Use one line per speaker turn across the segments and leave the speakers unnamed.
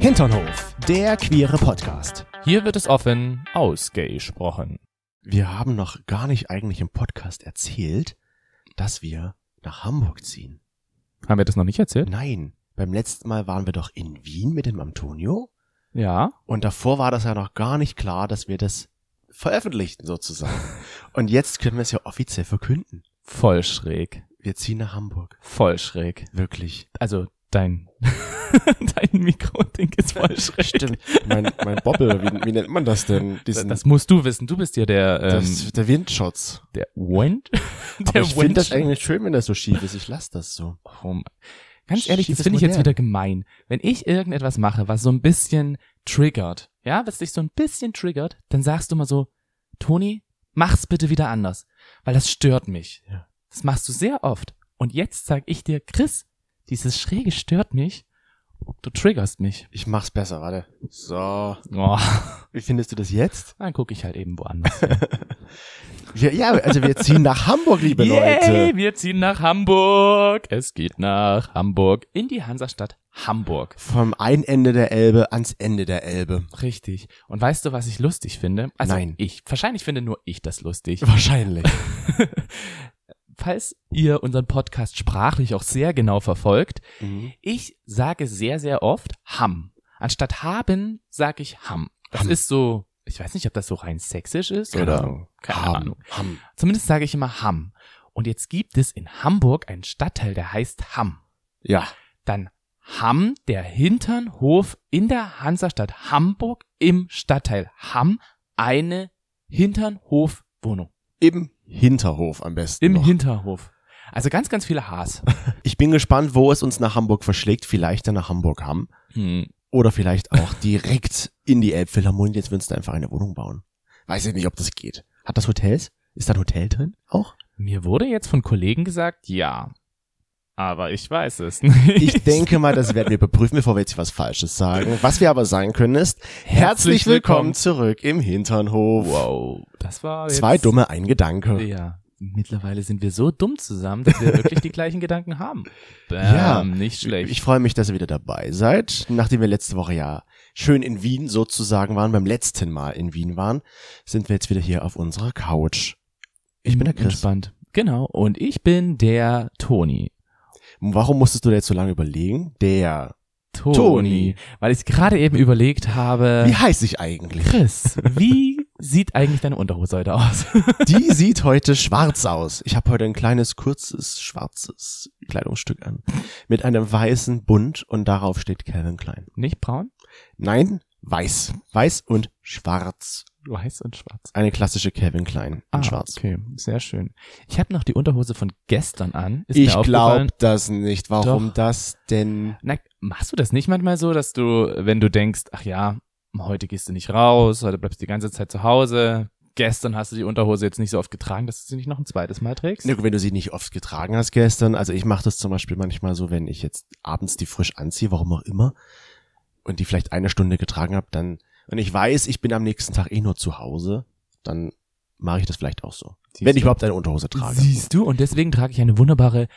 Hinternhof, der queere Podcast.
Hier wird es offen ausgesprochen.
Wir haben noch gar nicht eigentlich im Podcast erzählt, dass wir nach Hamburg ziehen.
Haben wir das noch nicht erzählt?
Nein, beim letzten Mal waren wir doch in Wien mit dem Antonio
Ja.
und davor war das ja noch gar nicht klar, dass wir das veröffentlichten sozusagen. Und jetzt können wir es ja offiziell verkünden.
Voll schräg.
Wir ziehen nach Hamburg.
Voll schräg.
Wirklich.
Also dein, dein Mikro-Ding ist voll schräg.
Stimmt.
Mein, mein Bobbel, wie, wie nennt man das denn?
Das,
Diesen,
das musst du wissen. Du bist ja der, ähm,
das- der Windschutz.
der Wind.
Aber ich finde das
Wind-
eigentlich schön, wenn das so schief ist.
Ich lasse das so.
Oh mein- Ganz ehrlich, das
Schiefes
finde ich jetzt
Modell.
wieder gemein. Wenn ich irgendetwas mache, was so ein bisschen triggert, ja, was dich so ein bisschen triggert, dann sagst du mal so, Toni, mach's bitte wieder anders, weil das stört mich.
Ja.
Das machst du sehr oft. Und jetzt sag ich dir, Chris, dieses Schräge stört mich. Du triggerst mich.
Ich mach's besser, warte. So.
Oh,
Wie findest du das jetzt?
dann gucke ich halt eben woanders.
Wir, ja, also wir ziehen nach Hamburg, liebe
Yay,
Leute.
wir ziehen nach Hamburg. Es geht nach Hamburg. In die Hansestadt Hamburg.
Vom einen Ende der Elbe ans Ende der Elbe.
Richtig. Und weißt du, was ich lustig finde? Also
Nein.
ich. Wahrscheinlich finde nur ich das lustig.
Wahrscheinlich.
Falls ihr unseren Podcast sprachlich auch sehr genau verfolgt, ich sage sehr, sehr oft Ham. Anstatt haben sage ich Ham. Das
Hamm.
ist so, ich weiß nicht, ob das so rein sächsisch ist
Keine
oder
Ahnung.
Genau. keine
Ham.
Ahnung.
Ham.
Zumindest sage ich immer Ham. Und jetzt gibt es in Hamburg einen Stadtteil, der heißt Ham.
Ja.
Dann Hamm, der Hinternhof in der Hansestadt Hamburg im Stadtteil Hamm, eine Hinternhofwohnung.
Im Hinterhof am besten.
Im
noch.
Hinterhof. Also ganz, ganz viele Haars.
ich bin gespannt, wo es uns nach Hamburg verschlägt. Vielleicht dann nach Hamburg Ham.
Hm.
Oder vielleicht auch direkt in die Elbphilharmonie. Jetzt würden sie da einfach eine Wohnung bauen. Weiß ich nicht, ob das geht. Hat das Hotels? Ist da ein Hotel drin? Auch?
Mir wurde jetzt von Kollegen gesagt, ja. Aber ich weiß es nicht.
Ich denke mal, das werden wir überprüfen, bevor wir jetzt was Falsches sagen. Was wir aber sagen können ist, herzlich willkommen zurück im Hinternhof.
Wow. Das war jetzt,
Zwei dumme, ein Gedanke.
Ja. Mittlerweile sind wir so dumm zusammen, dass wir wirklich die gleichen Gedanken haben. Bam,
Ja.
Nicht schlecht.
Ich freue mich, dass ihr wieder dabei seid, nachdem wir letzte Woche ja schön in Wien sozusagen waren, beim letzten Mal in Wien waren, sind wir jetzt wieder hier auf unserer Couch. Ich bin der Chris.
Entspannt. Genau. Und ich bin der Toni.
Warum musstest du da jetzt so lange überlegen? Der.
Toni.
Toni.
Weil ich gerade eben überlegt habe.
Wie heiß ich eigentlich?
Chris, wie sieht eigentlich deine Unterhose heute aus?
Die sieht heute schwarz aus. Ich habe heute ein kleines, kurzes, schwarzes Kleidungsstück an. Mit einem weißen Bund und darauf steht Calvin Klein.
Nicht braun,
Nein, weiß. Weiß und schwarz.
weiß und schwarz.
Eine klassische Calvin Klein in
Ah,
schwarz.
Okay, sehr schön. Ich habe noch die Unterhose von gestern an. Ist
ich
mir
glaube
aufgefallen.
das nicht. Warum
Doch.
das denn?
Na, machst du das nicht manchmal so, dass du, wenn du denkst, ach ja, heute gehst du nicht raus, heute bleibst du die ganze Zeit zu Hause. Gestern hast du die Unterhose jetzt nicht so oft getragen, dass du sie nicht noch ein zweites Mal trägst?
Na gut, wenn du sie nicht oft getragen hast gestern. Also ich mache das zum Beispiel manchmal so, wenn ich jetzt abends die frisch anziehe, warum auch immer, und die vielleicht eine Stunde getragen habe, dann und ich weiß, ich bin am nächsten Tag eh nur zu Hause, dann mache ich das vielleicht auch so.
Siehst
wenn ich
du.
überhaupt eine Unterhose trage.
Siehst du, und deswegen trage ich eine wunderbare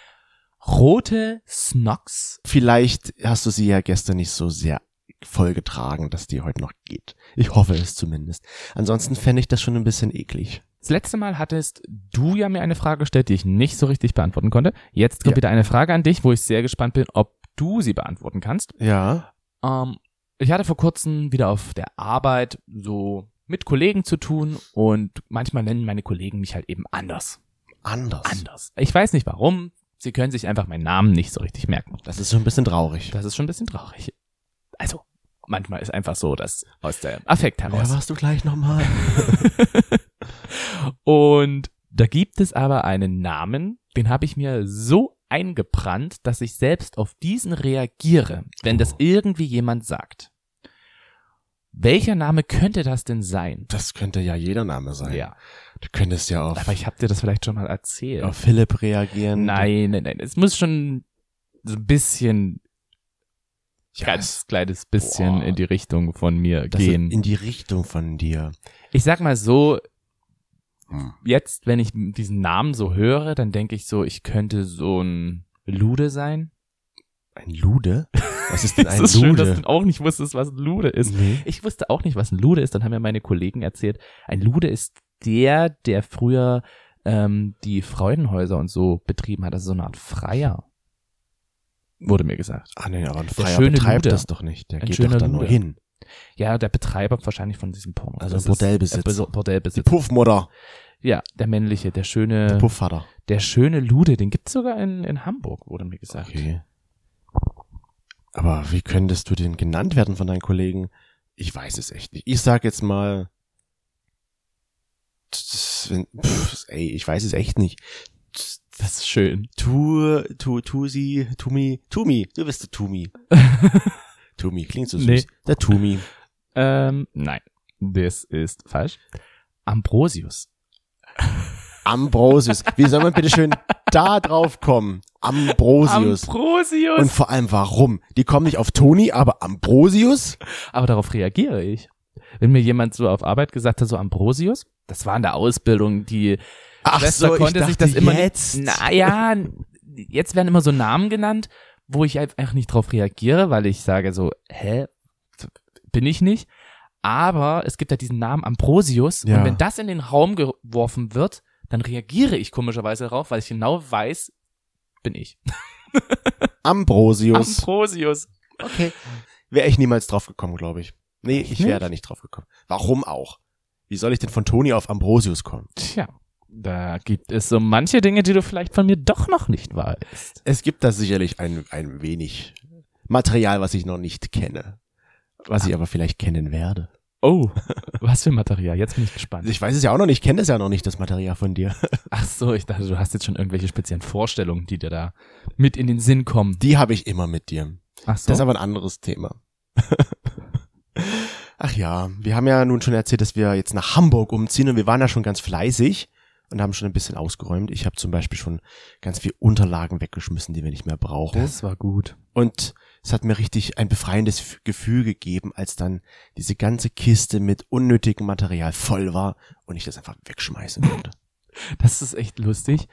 rote Snox.
Vielleicht hast du sie ja gestern nicht so sehr voll getragen, dass die heute noch geht. Ich hoffe es zumindest. Ansonsten fände ich das schon ein bisschen eklig.
Das letzte Mal hattest du ja mir eine Frage gestellt, die ich nicht so richtig beantworten konnte. Jetzt kommt
Ja.
wieder eine Frage an dich, wo ich sehr gespannt bin, ob du sie beantworten kannst.
Ja.
Ähm, ich hatte vor kurzem wieder auf der Arbeit so mit Kollegen zu tun und manchmal nennen meine Kollegen mich halt eben anders.
Anders.
Anders. Ich weiß nicht warum. Sie können sich einfach meinen Namen nicht so richtig merken.
Das ist so ein bisschen traurig.
Das ist schon ein bisschen traurig. Also, manchmal ist einfach so, dass aus dem Affekt
Wer
heraus.
warst du gleich nochmal?
Und da gibt es aber einen Namen, den habe ich mir so eingebrannt, dass ich selbst auf diesen reagiere, wenn das
Oh.
irgendwie jemand sagt. Welcher Name könnte das denn sein?
Das könnte ja jeder Name sein.
Ja,
Du könntest ja auf,
aber ich habe dir das vielleicht schon mal erzählt.
auf Philipp reagieren.
nein, nein, nein, es muss schon so ein bisschen,
Ja,
ganz kleines bisschen
Boah.
in die Richtung von mir
das
gehen.
In die Richtung von dir.
Ich sag mal so,
Hm.
jetzt, wenn ich diesen Namen so höre, dann denke ich so, ich könnte so ein Lude sein.
Ein Lude? Was ist denn ein
ist schön, dass
Lude?
du auch nicht wusstest, was ein Lude ist.
Nee.
Ich wusste auch nicht, was ein Lude ist. Dann haben mir meine Kollegen erzählt, ein Lude ist der, der früher ähm, die Freudenhäuser und so betrieben hat. Also so eine Art Freier, wurde mir gesagt.
Ah nee, aber ein
Der
Freier
schöne
betreibt
Lude.
das doch nicht. Der
Ein
geht doch
schöner
da nur
Lude.
hin.
Ja, der Betreiber wahrscheinlich von diesem Porno.
Also
Das
ein Bordellbesitzer.
Ist, äh,
Die
Bordellbesitzer.
Puffmutter,
Ja, der männliche, der schöne,
der Puffvater.
der schöne Lude, den gibt's sogar in, in Hamburg, wurde mir gesagt.
Okay. Aber wie könntest du denn genannt werden von deinen Kollegen? Ich weiß es echt nicht. Ich sag jetzt mal. Pff, ey, ich weiß es echt nicht.
Das ist schön.
Tu, tu, Tusi, Tumi, Tumi, du bist der Tumi. Tumi, klingt so süß.
Nee.
Der Tumi.
Ähm, nein, das ist falsch. Ambrosius.
Ambrosius. Wie soll man bitte schön da drauf kommen? Ambrosius.
Ambrosius.
Und vor allem warum? Die kommen nicht auf Toni, aber Ambrosius?
Aber darauf reagiere ich. Wenn mir jemand so auf Arbeit gesagt hat, so Ambrosius, das war in der Ausbildung, die
Ach
Schwester
so, ich
konnte sich
dachte
das immer
jetzt.
Nicht, naja, jetzt werden immer so Namen genannt, wo ich einfach nicht drauf reagiere, weil ich sage so, hä, bin ich nicht. Aber es gibt ja diesen Namen Ambrosius
Ja.
und wenn das in den Raum geworfen wird, dann reagiere ich komischerweise darauf, weil ich genau weiß, bin ich.
Ambrosius.
Ambrosius.
Okay. Wäre ich niemals drauf gekommen, glaube ich. Nee,
Echt
ich wäre
nicht?
da nicht drauf gekommen. Warum auch? Wie soll ich denn von Toni auf Ambrosius kommen?
Tja, da gibt es so manche Dinge, die du vielleicht von mir doch noch nicht weißt.
Es gibt da sicherlich ein, ein wenig Material, was ich noch nicht kenne. Was ich aber vielleicht kennen werde.
Oh, was für Material, jetzt bin ich
Also
gespannt.
ich weiß es ja auch noch nicht, ich kenne es ja noch nicht, das Material von dir.
Ach so, ich dachte, du hast jetzt schon irgendwelche speziellen Vorstellungen, die dir da mit in den Sinn kommen.
Die habe ich immer mit dir.
Ach so.
Das ist aber ein anderes Thema. Ach ja, wir haben ja nun schon erzählt, dass wir jetzt nach Hamburg umziehen und wir waren ja schon ganz fleißig und haben schon ein bisschen ausgeräumt. Ich habe zum Beispiel schon ganz viel Unterlagen weggeschmissen, die wir nicht mehr brauchen.
das war gut.
Und es hat mir richtig ein befreiendes F- Gefühl gegeben, als dann diese ganze Kiste mit unnötigem Material voll war und ich das einfach wegschmeißen konnte.
Das ist echt lustig.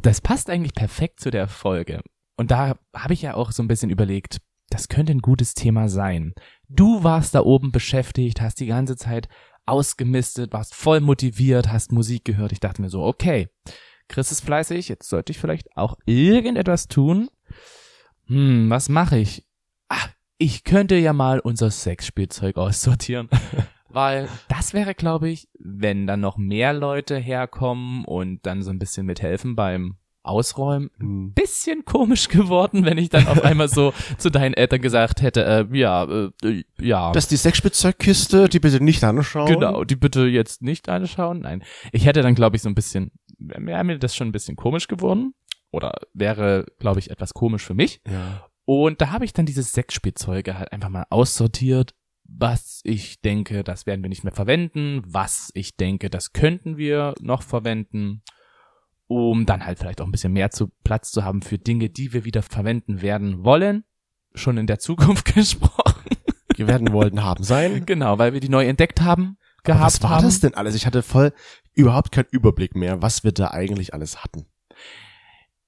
Das passt eigentlich perfekt zu der Folge. Und da habe ich ja auch so ein bisschen überlegt, das könnte ein gutes Thema sein. Du warst da oben beschäftigt, hast die ganze Zeit ausgemistet, warst voll motiviert, hast Musik gehört. Ich dachte mir so, okay, Chris ist fleißig, jetzt sollte ich vielleicht auch irgendetwas tun. Hm, was mache ich? Ah, ich könnte ja mal unser Sexspielzeug aussortieren. Weil das wäre, glaube ich, wenn dann noch mehr Leute herkommen und dann so ein bisschen mithelfen beim Ausräumen, ein bisschen komisch geworden, wenn ich dann auf einmal so zu deinen Eltern gesagt hätte, äh, ja, äh, äh, ja.
Das ist die Sechsspitzzeugkiste, die bitte nicht anschauen.
Genau, die bitte jetzt nicht anschauen. Nein, ich hätte dann, glaube ich, so ein bisschen, wäre mir das schon ein bisschen komisch geworden oder wäre, glaube ich, etwas komisch für mich.
Ja.
Und da habe ich dann dieses Sexspielzeuge halt einfach mal aussortiert, was ich denke, das werden wir nicht mehr verwenden, was ich denke, das könnten wir noch verwenden, um dann halt vielleicht auch ein bisschen mehr zu Platz zu haben für Dinge, die wir wieder verwenden werden wollen. Schon in der Zukunft gesprochen.
Wir werden wollten haben sein.
genau, weil wir die neu entdeckt haben,
Aber
gehabt
was war
haben.
das denn alles? Ich hatte voll überhaupt keinen Überblick mehr, was wir da eigentlich alles hatten.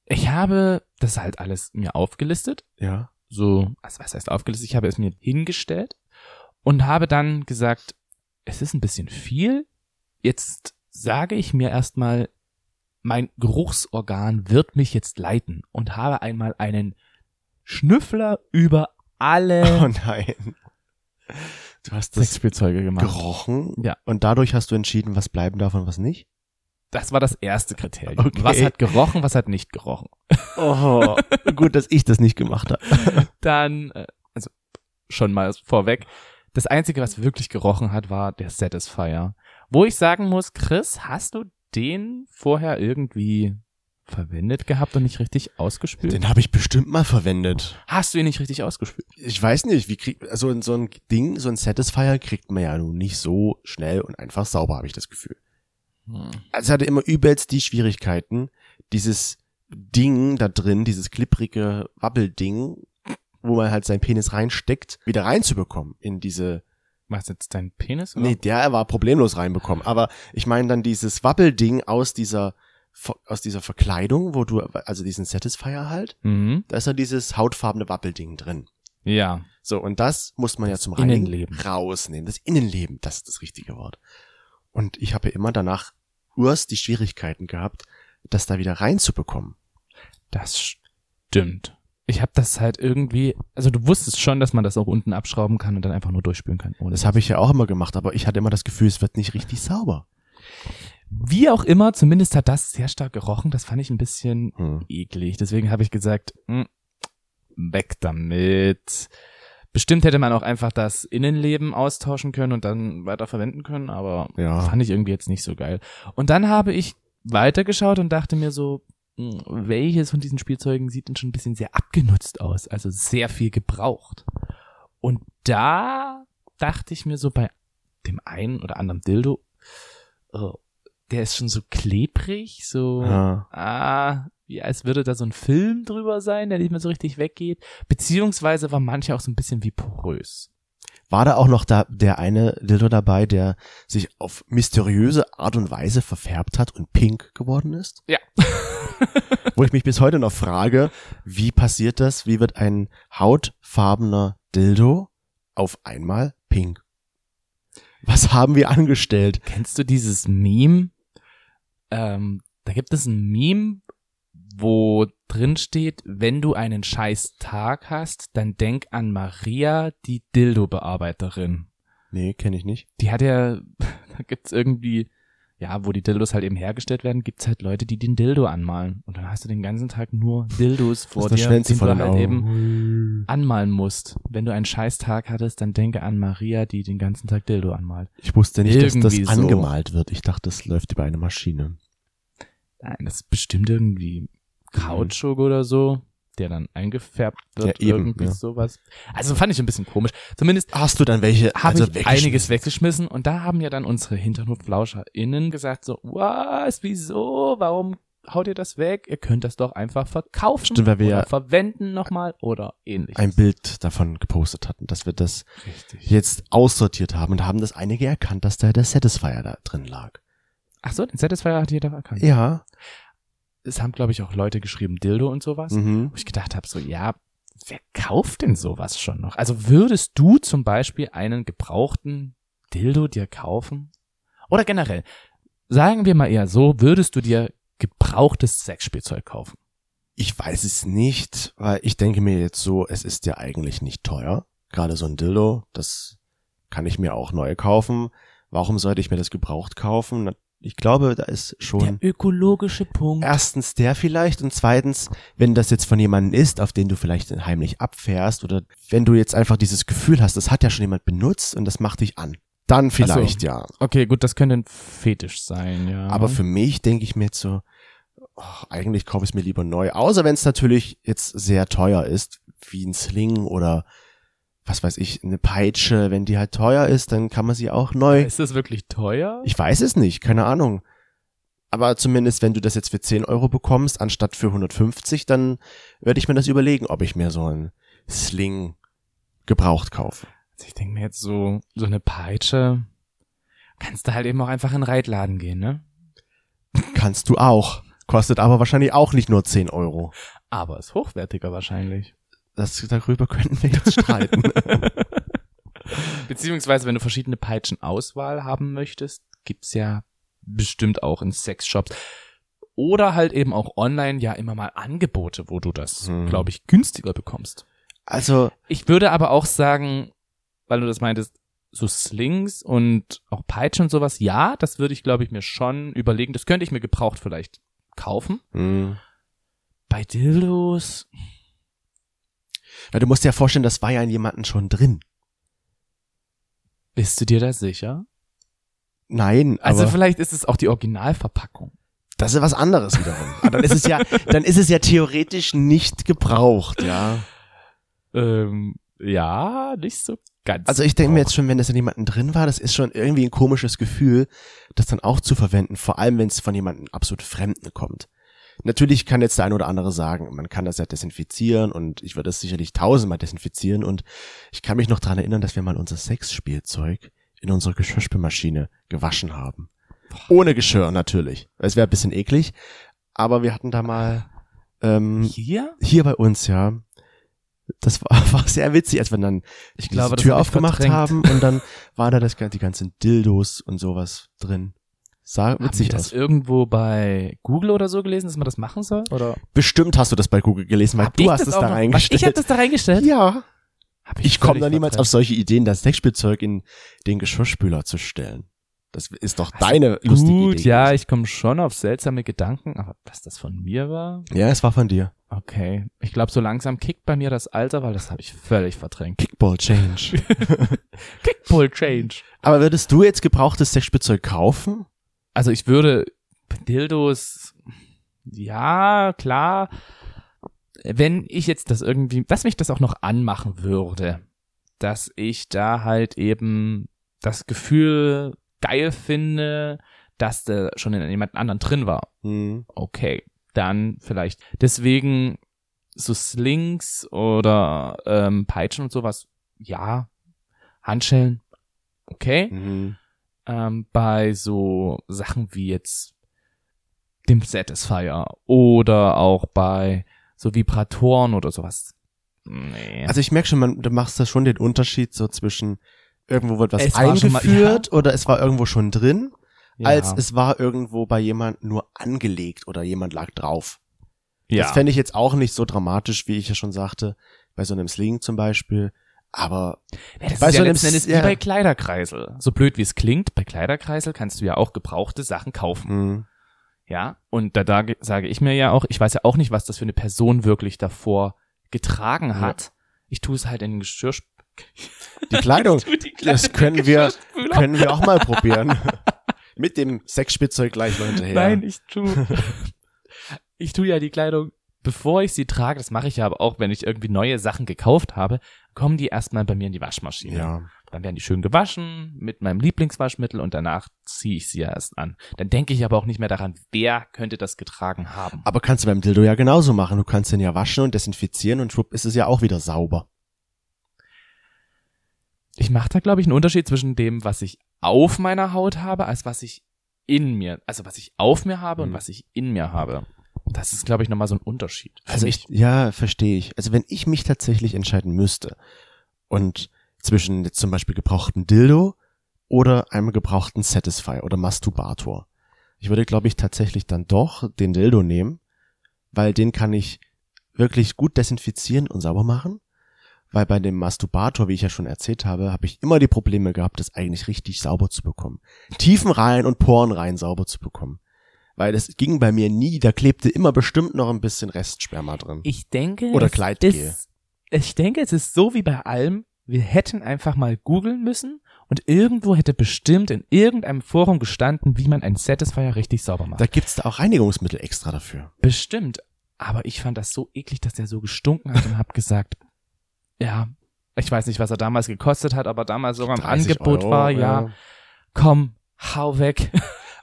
Ich habe das halt alles mir aufgelistet.
Ja.
So, also was heißt aufgelistet? Ich habe es mir hingestellt und habe dann gesagt, es ist ein bisschen viel. Jetzt sage ich mir erstmal, mein Geruchsorgan wird mich jetzt leiten und habe einmal einen Schnüffler über alle
Oh nein. Du hast das
Sexspielzeuge gemacht.
gerochen.
Ja.
Und dadurch hast du entschieden, was bleiben darf und was nicht.
Das war das erste Kriterium.
Okay.
Was hat gerochen, was hat nicht gerochen?
Oh, gut, dass ich das nicht gemacht habe.
dann, äh, also schon mal vorweg, das Einzige, was wirklich gerochen hat, war der Satisfier. Wo ich sagen muss, Chris, hast du den vorher irgendwie verwendet gehabt und nicht richtig ausgespült?
Den habe ich bestimmt mal verwendet.
hast du ihn nicht richtig ausgespült?
Ich weiß nicht, wie kriegt, also so ein Ding, so ein Satisfier kriegt man ja nun nicht so schnell und einfach sauber, habe ich das Gefühl.
Hm.
Also ich hatte immer übelst die Schwierigkeiten, dieses Ding da drin, dieses klipprige Wabbelding, wo man halt seinen Penis reinsteckt, wieder reinzubekommen in diese,
Was jetzt dein Penis? Oder?
nee, der war problemlos reinbekommen, aber ich meine dann dieses Wabbelding aus dieser, Ver- aus dieser Verkleidung, wo du, also diesen Satisfier halt,
Mhm.
da ist dann dieses hautfarbene Wabbelding drin.
Ja.
So, und das muss man ja zum
Das
Reinigen
Innenleben.
rausnehmen. Das Innenleben, das ist das richtige Wort. Und ich habe ja immer danach urst die Schwierigkeiten gehabt, das da wieder reinzubekommen.
Das stimmt. Ich habe das halt irgendwie, also du wusstest schon, dass man das auch unten abschrauben kann und dann einfach nur durchspülen kann. Ohne
Das habe ich ja auch immer gemacht, aber ich hatte immer das Gefühl, es wird nicht richtig sauber.
Wie auch immer, zumindest hat das sehr stark gerochen. Das fand ich ein bisschen
Hm.
eklig. Deswegen habe ich gesagt, "Mm, weg damit. Bestimmt hätte man auch einfach das Innenleben austauschen können und dann weiter verwenden können, aber
Ja.
fand ich irgendwie jetzt nicht so geil. Und dann habe ich weitergeschaut und dachte mir so, "Mm, welches von diesen Spielzeugen sieht denn schon ein bisschen sehr abgenutzt aus, also sehr viel gebraucht. Und da dachte ich mir so bei dem einen oder anderen Dildo, oh, der ist schon so klebrig, so
Ja.
ah, wie als würde da so ein Film drüber sein, der nicht mehr so richtig weggeht. Beziehungsweise war manche auch so ein bisschen wie porös.
War da auch noch da der eine Dildo dabei, der sich auf mysteriöse Art und Weise verfärbt hat und pink geworden ist?
Ja.
Wo ich mich bis heute noch frage, wie passiert das? Wie wird ein hautfarbener Dildo auf einmal pink? Was haben wir angestellt?
Kennst du dieses Meme? Ähm, da gibt es ein Meme, wo drin steht, wenn du einen scheiß Tag hast, dann denk an Maria, die Dildo-Bearbeiterin.
Nee, kenne ich nicht.
Die hat ja, da gibt's irgendwie, ja, wo die Dildos halt eben hergestellt werden, gibt's halt Leute, die den Dildo anmalen. Und dann hast du den ganzen Tag nur Dildos vor
das
dir,
Schwänzchen
den
vor
du
den
halt
Augen.
eben anmalen musst. Wenn du einen scheiß Tag hattest, dann denke an Maria, die den ganzen Tag Dildo anmalt.
Ich wusste nicht, dass das
Irgendwie so.
angemalt wird. Ich dachte, das läuft über eine Maschine.
Nein, das ist bestimmt irgendwie Kautschuk oder so, der dann eingefärbt wird,
Mhm. Ja, eben,
irgendwie
ja.
sowas. Also fand ich ein bisschen komisch. Zumindest
Hast du dann welche?
habe
also
ich
weggeschmissen?
einiges weggeschmissen und da haben ja dann unsere HinternhoflauscherInnen gesagt so, was, wieso, warum haut ihr das weg? Ihr könnt das doch einfach verkaufen
Stimmt, weil wir
oder
ja-
verwenden nochmal oder ähnliches.
ein Bild davon gepostet hatten, dass wir das jetzt aussortiert haben und haben das einige erkannt, dass da der Satisfier da drin lag.
Ach so, den Satisfier hat jeder erkannt.
Ja.
Es haben, glaube ich, auch Leute geschrieben, Dildo und sowas.
Mhm.
wo ich gedacht habe, so, ja, wer kauft denn sowas schon noch? Also würdest du zum Beispiel einen gebrauchten Dildo dir kaufen? Oder generell, sagen wir mal eher so, würdest du dir gebrauchtes Sexspielzeug kaufen?
Ich weiß es nicht, weil ich denke mir jetzt so, es ist ja eigentlich nicht teuer. Gerade so ein Dildo, das kann ich mir auch neu kaufen. Warum sollte ich mir das gebraucht kaufen? Na, Ich glaube, da ist
Der
schon
ökologische Punkt.
erstens der vielleicht und zweitens, wenn das jetzt von jemandem ist, auf den du vielleicht heimlich abfährst oder wenn du jetzt einfach dieses Gefühl hast, das hat ja schon jemand benutzt und das macht dich an. Dann vielleicht ja.
Okay, gut, das könnte ein Fetisch sein, ja.
Aber für mich denke ich mir jetzt so, oh, eigentlich kaufe ich es mir lieber neu. Außer wenn es natürlich jetzt sehr teuer ist, wie ein Sling oder was weiß ich, eine Peitsche. Wenn die halt teuer ist, dann kann man sie auch neu.
ist das wirklich teuer?
Ich weiß es nicht, keine Ahnung. Aber zumindest, wenn du das jetzt für 10 Euro bekommst, anstatt für 150, dann werde ich mir das überlegen, ob ich mir so einen Sling gebraucht kaufe.
Also ich denke mir jetzt so, so eine Peitsche. Kannst du halt eben auch einfach in einen Reitladen gehen, ne?
Kannst du auch. Kostet aber wahrscheinlich auch nicht nur 10 Euro.
Aber ist hochwertiger wahrscheinlich.
Das, darüber könnten wir jetzt streiten.
Beziehungsweise, wenn du verschiedene Peitschenauswahl haben möchtest, gibt's ja bestimmt auch in Sexshops. Oder halt eben auch online ja immer mal Angebote, wo du das,
Hm.
glaube ich, günstiger bekommst.
Also,
Ich würde aber auch sagen, weil du das meintest, so Slings und auch Peitschen und sowas, ja, das würde ich, glaube ich, mir schon überlegen. Das könnte ich mir gebraucht vielleicht kaufen.
mh.
Bei Dildos,
Weil du musst dir ja vorstellen, das war ja in jemanden schon drin.
bist du dir da sicher?
Nein,
Also
also aber
vielleicht ist es auch die Originalverpackung.
das ist was anderes wiederum. Aber dann ist es ja, dann ist es ja theoretisch nicht gebraucht, ja.
Ähm, ja, nicht so ganz.
Also ich denke mir
gebraucht.
jetzt schon, wenn das in jemanden drin war, das ist schon irgendwie ein komisches Gefühl, das dann auch zu verwenden, vor allem wenn es von jemandem absolut Fremden kommt. Natürlich kann jetzt der ein oder andere sagen, man kann das ja desinfizieren und ich würde das sicherlich tausendmal desinfizieren und ich kann mich noch dran erinnern, dass wir mal unser Sexspielzeug in unsere Geschirrspülmaschine gewaschen haben. Ohne Geschirr natürlich. Es wäre ein bisschen eklig, aber wir hatten da mal ähm,
Hier?
hier bei uns ja Das war, war sehr witzig, als wir dann ich
glaube, das
die Tür
hab ich
aufgemacht
verdrängt.
haben und dann waren da das, gan- die ganzen Dildos und sowas drin. Sah
Haben Sie
witzig
das
aus.
irgendwo bei Google oder so gelesen, dass man das machen soll? Oder
Bestimmt hast du das bei Google gelesen, weil
Hab ich
du hast es
auch
da
noch- Was, ich habe
reingestellt.
das da reingestellt?
ja.
Hab
Ich komme da
völlig
niemals auf
verpasst.
solche Ideen, das Sexspielzeug in den Geschirrspüler zu stellen. Das ist doch
Also
deine lustige
Gut,
Idee.
ja, ich komme schon auf seltsame Gedanken, aber dass das von mir war?
Ja, es war von dir.
Okay. Ich glaube, so langsam kickt bei mir das Alter, weil das habe ich völlig verdrängt.
Kickball Change.
Kickball Change.
Aber würdest du jetzt gebrauchtes Sexspielzeug kaufen?
Also ich würde Dildos, ja, klar, wenn ich jetzt das irgendwie, dass mich das auch noch anmachen würde, dass ich da halt eben das Gefühl geil finde, dass da schon in jemand anderen drin war.
Hm.
okay, dann vielleicht. Deswegen so Slings oder ähm, Peitschen und sowas, ja. Handschellen, okay.
Mhm.
Ähm, bei so Sachen wie jetzt dem Satisfier oder auch bei so Vibratoren oder sowas. Nee.
Also ich merke schon, man, du machst da schon den Unterschied so zwischen irgendwo wird was
Es war schon mal-
eingeführt oder es war irgendwo schon drin,
ja.
als es war irgendwo bei jemand nur angelegt oder jemand lag drauf.
ja.
Das fände ich jetzt auch nicht so dramatisch, wie ich ja schon sagte, bei so einem Sling zum Beispiel. Aber
Ja, das
Bei
ist
so
ja
einem
letzten Endes
S- ja.
wie bei Kleiderkreisel. So blöd wie es klingt, bei Kleiderkreisel kannst du ja auch gebrauchte Sachen kaufen.
mh,
Ja, und da, da ge- sage ich mir ja auch, ich weiß ja auch nicht, was das für eine Person wirklich davor getragen hat. Ich tue es halt in den Geschirrspüler.
die Kleidung, Also, das können wir,
Geschirrspüler.
können wir auch mal probieren. Mit dem Sexspielzeug gleich noch hinterher.
Nein, ich tue. ich tue ja die Kleidung, bevor ich sie trage, das mache ich ja aber auch, wenn ich irgendwie neue Sachen gekauft habe, kommen die erstmal bei mir in die Waschmaschine.
ja.
Dann werden die schön gewaschen mit meinem Lieblingswaschmittel und danach ziehe ich sie ja erst an. Dann denke ich aber auch nicht mehr daran, wer könnte das getragen haben.
Aber kannst du beim Dildo ja genauso machen. Du kannst den ja waschen und desinfizieren und schwupp ist es ja auch wieder sauber.
Ich mache da, glaube ich, einen Unterschied zwischen dem, was ich auf meiner Haut habe, als was ich in mir, also was ich auf mir habe und
Mhm.
was ich in mir habe. Das ist, glaube ich, nochmal so ein Unterschied. für
Also
mich.
ich, ja, verstehe ich. Also wenn ich mich tatsächlich entscheiden müsste und zwischen jetzt zum Beispiel gebrauchten Dildo oder einem gebrauchten Satisfy oder Masturbator, ich würde, glaube ich, tatsächlich dann doch den Dildo nehmen, weil den kann ich wirklich gut desinfizieren und sauber machen. Weil bei dem Masturbator, wie ich ja schon erzählt habe, habe ich immer die Probleme gehabt, das eigentlich richtig sauber zu bekommen. Tiefen rein und Poren rein sauber zu bekommen. Weil das ging bei mir nie, da klebte immer bestimmt noch ein bisschen Restsperma drin.
ich denke,
Oder
es
Kleidgel.
ist- ich denke, es ist so wie bei allem. Wir hätten einfach mal googeln müssen und irgendwo hätte bestimmt in irgendeinem Forum gestanden, wie man einen Satisfier richtig sauber macht.
Da gibt's da auch Reinigungsmittel extra dafür.
Bestimmt. Aber ich fand das so eklig, dass der so gestunken hat und hab gesagt, ja, ich weiß nicht, was er damals gekostet hat, aber damals sogar im
30
Angebot
Euro,
war, ja, komm, hau weg.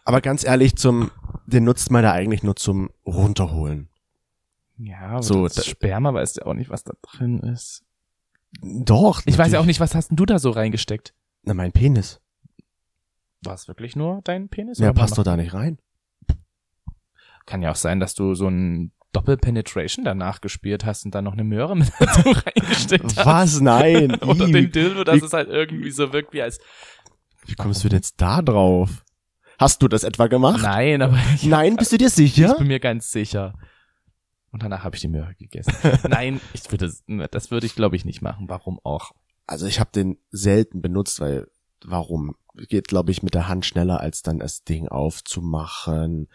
Aber ganz ehrlich, zum, den nutzt man da eigentlich nur zum Runterholen.
Ja, aber
So,
so, das
da-
Sperma weiß ja auch nicht, was da drin ist.
Doch.
Ich weiß ja auch
natürlich.
nicht, was hast denn du da so reingesteckt?
Na, mein Penis.
War es wirklich nur dein Penis?
Ja,
oder
passt
war
doch da nicht rein.
noch- Kann ja auch sein, dass du so ein Doppelpenetration danach gespielt hast und dann noch eine Möhre mit dazu reingesteckt hast.
Was? Nein.
Oder
Ih,
den Dildo, dass
wie-
es halt irgendwie so wirkt wie als
Wie kommst du denn jetzt da drauf? Hast du das etwa gemacht?
Nein, aber ich
Nein, bist du dir
Ich
sicher?
bin mir ganz sicher. Und danach habe ich die Möhre gegessen. Nein, ich würde das würde ich glaube ich nicht machen. Warum auch?
Also ich habe den selten benutzt, weil warum? Geht, glaube ich, mit der Hand schneller, als dann das Ding aufzumachen.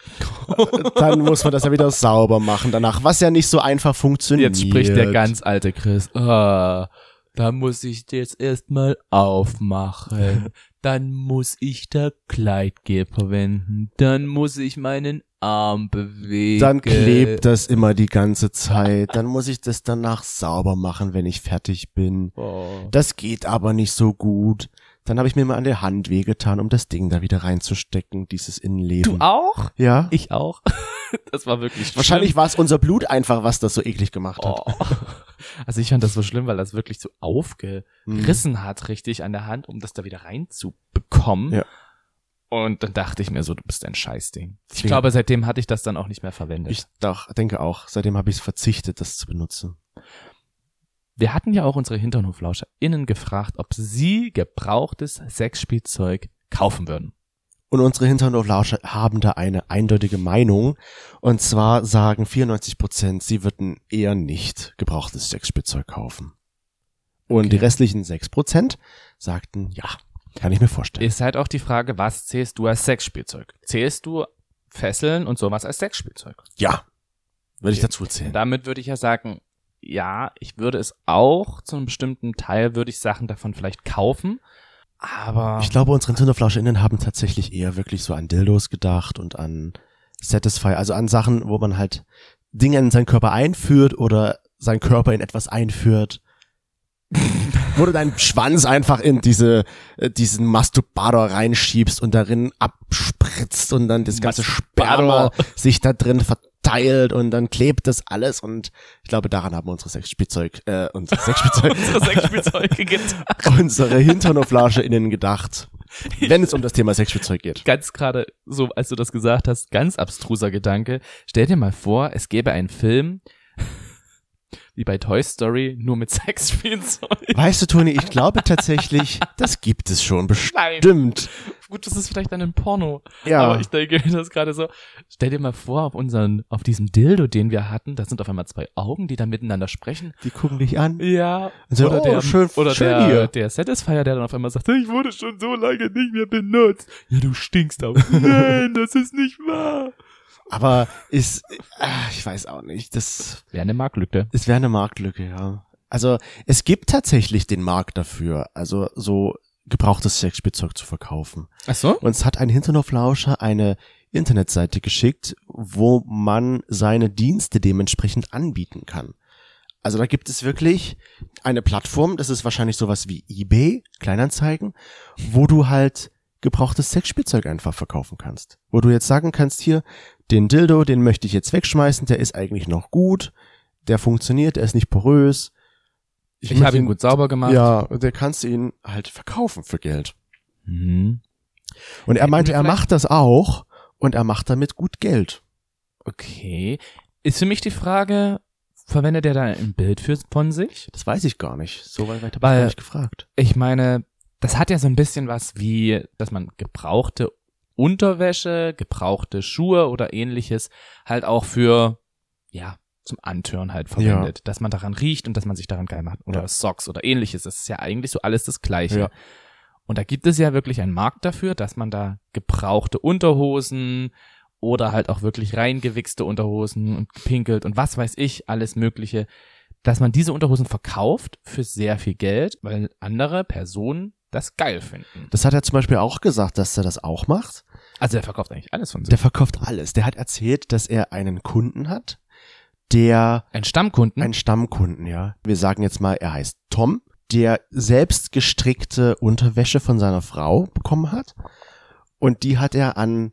dann muss man das ja wieder sauber machen danach, was ja nicht so einfach funktioniert.
Jetzt spricht der ganz alte Chris. Ah, da muss ich jetzt erstmal aufmachen. Dann muss ich da Kleidgel verwenden. Dann muss ich meinen Arm bewegen.
Dann klebt das immer die ganze Zeit. Dann muss ich das danach sauber machen, wenn ich fertig bin.
Oh.
Das geht aber nicht so gut. Dann habe ich mir mal an der Hand wehgetan, um das Ding da wieder reinzustecken, dieses Innenleben.
Du auch?
Ja.
Ich auch. Das war wirklich schlimm.
Wahrscheinlich war es unser Blut einfach, was das so eklig gemacht hat.
Oh. Also ich fand das so schlimm, weil das wirklich so
Mhm.
aufgerissen hat, richtig an der Hand, um das da wieder reinzubekommen.
Ja.
Und dann dachte ich mir so, du bist ein Scheißding. Ich
Deswegen-
glaube, seitdem hatte ich das dann auch nicht mehr verwendet.
Ich doch, denke auch. Seitdem habe ich es verzichtet, das zu benutzen.
Wir hatten ja auch unsere HinternhoflauscherInnen gefragt, ob sie gebrauchtes Sexspielzeug kaufen würden.
Und unsere Hinternhoflauscher haben da eine eindeutige Meinung. Und zwar sagen 94 Prozent, sie würden eher nicht gebrauchtes Sexspielzeug kaufen. Und
Okay.
die restlichen 6 Prozent sagten, ja, kann ich mir vorstellen.
Ist halt auch die Frage, was zählst du als Sexspielzeug? Zählst du Fesseln und sowas als Sexspielzeug?
ja, würde ich
Okay.
dazu zählen.
Damit würde ich ja sagen, ja, ich würde es auch zu einem bestimmten Teil, würde ich Sachen davon vielleicht kaufen, aber
Ich glaube, unsere HinternhoflauscherInnen haben tatsächlich eher wirklich so an Dildos gedacht und an Satisfy, also an Sachen, wo man halt Dinge in seinen Körper einführt oder seinen Körper in etwas einführt. wo du deinen Schwanz einfach in diese, äh, diesen Masturbator reinschiebst und darin abspritzt und dann das ganze Sperma
Masturbator.
sich da drin verteilt und dann klebt das alles und ich glaube, daran haben unsere Sexspielzeug, äh, unsere Sexspielzeug,
unsere Sexspielzeuge gedacht.
unsere HinternhoflauscherInnen gedacht, wenn es um das Thema Sexspielzeug geht.
Ganz gerade, so als du das gesagt hast, ganz abstruser Gedanke. Stell dir mal vor, es gäbe einen Film, wie bei Toy Story, nur mit Sexspielzeug.
Weißt du, Toni, ich glaube tatsächlich, das gibt es schon
Nein.
bestimmt.
Gut, das ist vielleicht dann ein Porno.
Ja,
Aber ich denke mir das gerade so. Stell dir mal vor, auf unseren, auf diesem Dildo, den wir hatten, da sind auf einmal zwei Augen, die dann miteinander sprechen.
die gucken dich an.
Ja.
So,
oder
oh,
der,
schön-
oder
schön
der,
hier.
der Satisfier, der dann auf einmal sagt, ich wurde schon so lange nicht mehr benutzt. Ja, du stinkst aber. Nein, das ist nicht wahr.
Aber ist, ah, ich weiß auch nicht, das
Wäre eine Marktlücke.
Es wäre eine Marktlücke, ja. Also es gibt tatsächlich den Markt dafür, also so gebrauchtes Sexspielzeug zu verkaufen.
Ach so?
Uns hat ein Hinternhoflauscher eine Internetseite geschickt, wo man seine Dienste dementsprechend anbieten kann. Also da gibt es wirklich eine Plattform, das ist wahrscheinlich sowas wie eBay, Kleinanzeigen, wo du halt gebrauchtes Sexspielzeug einfach verkaufen kannst. Wo du jetzt sagen kannst, hier, den Dildo, den möchte ich jetzt wegschmeißen, der ist eigentlich noch gut, der funktioniert, der ist nicht porös.
Ich,
möchte
habe ihn gut sauber gemacht.
Ja, der kannst du ihn halt verkaufen für Geld.
Mhm.
Und er
Hätten
meinte,
wir
er
vielleicht-
macht das auch und er macht damit gut Geld.
Okay. Ist für mich die Frage, verwendet er da ein Bild für, von sich?
Das weiß ich gar nicht. So weit weit hab ich
Weil-
gar nicht gefragt.
ich meine, das hat ja so ein bisschen was wie, dass man gebrauchte Unterwäsche, gebrauchte Schuhe oder ähnliches halt auch für, ja, zum Antören halt verwendet. Dass man daran riecht und dass man sich daran geil macht. Oder
Ja.
Socks oder ähnliches. Das ist ja eigentlich so alles das Gleiche.
Ja.
Und da gibt es ja wirklich einen Markt dafür, dass man da gebrauchte Unterhosen oder halt auch wirklich reingewichste Unterhosen und gepinkelt und was weiß ich, alles Mögliche, dass man diese Unterhosen verkauft für sehr viel Geld, weil andere Personen das geil finden.
Das hat er zum Beispiel auch gesagt, dass er das auch macht.
Also der verkauft eigentlich alles von sich.
Der verkauft alles. Der hat erzählt, dass er einen Kunden hat, der
Ein Stammkunden.
einen Stammkunden, ja. Wir sagen jetzt mal, er heißt Tom, der selbst gestrickte Unterwäsche von seiner Frau bekommen hat. Und die hat er an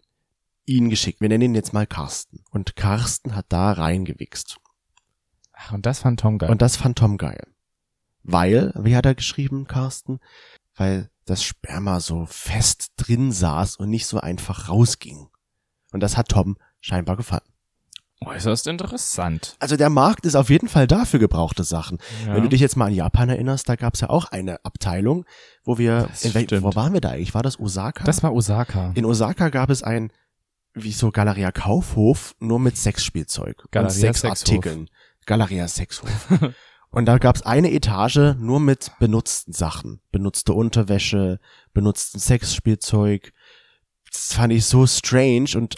ihn geschickt. Wir nennen ihn jetzt mal Carsten. Und Carsten hat da reingewichst.
Ach, und das fand Tom geil.
Und das fand Tom geil. Weil, wie hat er geschrieben, Carsten? Weil das Sperma so fest drin saß und nicht so einfach rausging. Und das hat Tom scheinbar gefallen.
äußerst interessant.
Also der Markt ist auf jeden Fall dafür gebrauchte Sachen.
Ja.
Wenn du dich jetzt mal an Japan erinnerst, da gab's ja auch eine Abteilung, wo wir,
Das
in wel-
stimmt.
wo waren wir da eigentlich? War das Osaka?
das war Osaka.
in Osaka gab es ein, wie so Galeria Kaufhof, nur mit Sexspielzeug.
Galeria
und Sexartikeln. Galeria Sexhof. und da gab es eine Etage nur mit benutzten Sachen. Benutzte Unterwäsche, benutzten Sexspielzeug. Das fand ich so strange und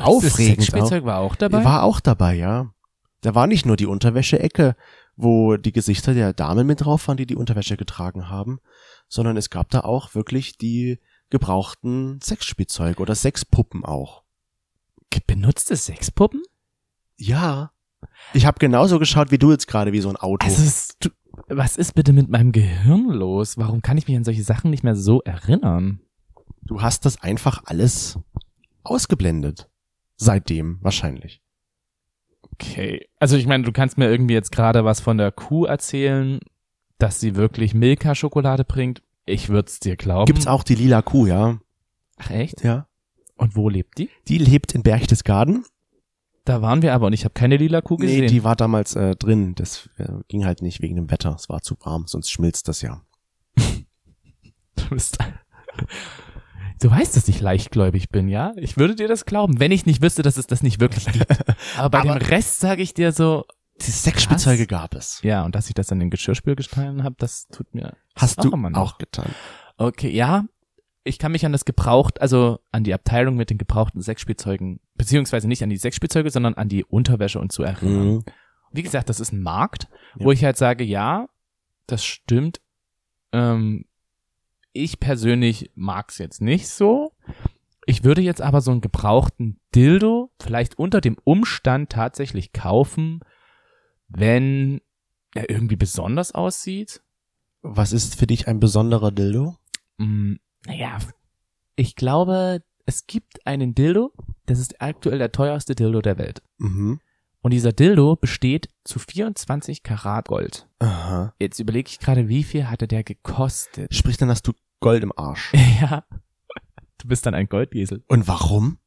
aufregend.
Sexspielzeug war auch dabei.
War auch dabei, ja. Da war nicht nur die Unterwäsche-Ecke, wo die Gesichter der Damen mit drauf waren, die die Unterwäsche getragen haben, sondern es gab da auch wirklich die gebrauchten Sexspielzeug oder Sexpuppen auch.
benutzte Sexpuppen?
Ja. Ich habe genauso geschaut wie du jetzt gerade, wie so ein Auto.
Also, es- du, was ist bitte mit meinem Gehirn los? Warum kann ich mich an solche Sachen nicht mehr so erinnern?
du hast das einfach alles ausgeblendet. Seitdem wahrscheinlich.
Okay. Also ich meine, du kannst mir irgendwie jetzt gerade was von der Kuh erzählen, dass sie wirklich Milka-Schokolade bringt. Ich würd's dir glauben.
Gibt's auch die lila Kuh, ja?
Ach echt?
Ja.
Und wo lebt die?
Die lebt in Berchtesgaden
Da waren wir aber und ich habe keine lila Kuh
Nee,
gesehen.
die war damals äh, drin. Das äh, ging halt nicht wegen dem Wetter. Es war zu warm, sonst schmilzt das ja.
Du bist. Du weißt, dass ich leichtgläubig bin, ja? Ich würde dir das glauben, wenn ich nicht wüsste, dass es das nicht wirklich gibt. Aber bei
Aber-
dem Rest sage ich dir so,
Die Sexspielzeuge gab es.
ja, und dass ich das an den Geschirrspül gestanden habe, das tut mir.
Hast
Auch
du
immer noch.
auch getan.
Okay, ja. Ich kann mich an das gebraucht, also an die Abteilung mit den gebrauchten Sexspielzeugen, beziehungsweise nicht an die Sexspielzeuge, sondern an die Unterwäsche und so erinnern.
Mhm.
Wie gesagt, das ist ein Markt,
Ja.
wo ich halt sage, ja, das stimmt. Ähm, ich persönlich mag's jetzt nicht so. Ich würde jetzt aber so einen gebrauchten Dildo vielleicht unter dem Umstand tatsächlich kaufen, wenn er irgendwie besonders aussieht.
Was ist für dich ein besonderer Dildo?
Hm, naja, ich glaube, es gibt einen Dildo, das ist aktuell der teuerste Dildo der Welt.
Mhm.
Und dieser Dildo besteht zu 24 Karat Gold.
Aha.
Jetzt überlege ich gerade, wie viel hatte der gekostet?
Sprich, dann hast du Gold im Arsch.
Ja. Du bist dann ein Goldesel.
Und warum?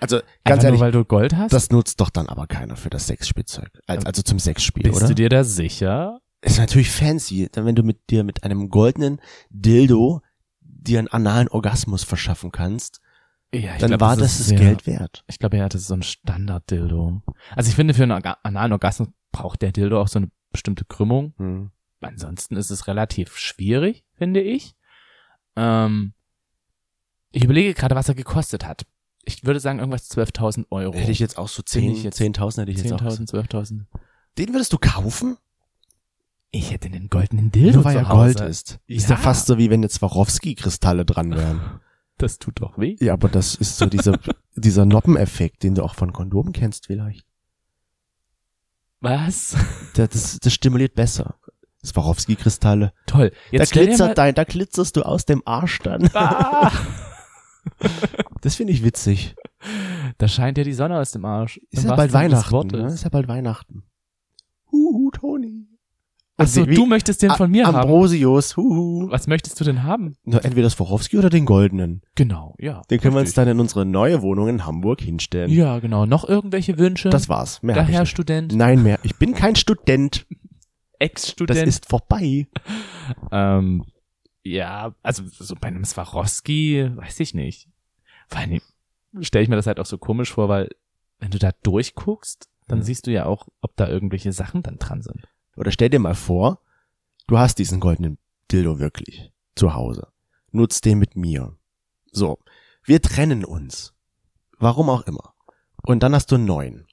Also, ganz
Einfach
ehrlich,
nur, weil du Gold hast?
das nutzt doch dann aber keiner für das Sexspielzeug. Also, also zum Sexspiel,
bist
oder?
du dir da sicher?
ist natürlich fancy, denn wenn du mit dir mit einem goldenen Dildo dir einen analen Orgasmus verschaffen kannst,
Ja, ich
dann
glaub,
war das das
sehr-
Geld wert.
Ich glaube, ja, das ist so ein Standard-Dildo. Also ich finde, für einen Orga- analen Orgasmus braucht der Dildo auch so eine bestimmte Krümmung.
Hm.
Ansonsten ist es relativ schwierig, finde ich. Ähm, ich überlege gerade, was er gekostet hat. Ich würde sagen, irgendwas 12.000 Euro.
Hätte ich jetzt auch so
Hätte
10,
ich jetzt-
10.000 hätte ich jetzt auch.
10.000, 12.000.
Den würdest du kaufen?
Ich hätte den goldenen Dildo
Nur weil
zu
er
Hause.
Gold ist. Ist ja
Ja.
fast so wie wenn jetzt Swarovski-Kristalle dran wären.
Das tut doch weh.
ja, aber das ist so dieser, dieser Noppeneffekt, den du auch von Kondomen kennst vielleicht.
Was?
Das, das, das stimuliert besser. Swarovski-Kristalle.
Toll.
Da
Jetzt stell dir mal,
glitzert dein, da glitzerst du aus dem Arsch dann.
Ah!
Das finde ich witzig.
da scheint ja die Sonne aus dem Arsch.
Ist
Im
ja bald
wahrsten Sinne des
Weihnachten.
Wortes.
Ne? Ist ja bald Weihnachten. Huhu, Toni. Also
Ach so,
Wie- wie-
du möchtest den von mir
A-
haben.
Ambrosius, huhu.
Was möchtest du denn haben?
Na, entweder Swarovski oder den goldenen.
Genau, ja.
Den können wir uns
Richtig.
dann in unsere neue Wohnung in Hamburg hinstellen.
Ja, genau. Noch irgendwelche Wünsche?
Das war's. Mehr
da
hab ich
Herr
nicht.
Student,
Nein, mehr. Ich bin kein Student. Das
Ex-Student.
ist vorbei.
ähm, ja, also so bei einem Swarovski, weiß ich nicht. Vor allem stelle ich mir das halt auch so komisch vor, weil wenn du da durchguckst, dann
Ja.
siehst du ja auch, ob da irgendwelche Sachen dann dran sind.
Oder stell dir mal vor, du hast diesen goldenen Dildo wirklich zu Hause. Nutz den mit mir. So. Wir trennen uns. Warum auch immer. Und dann hast du einen neuen.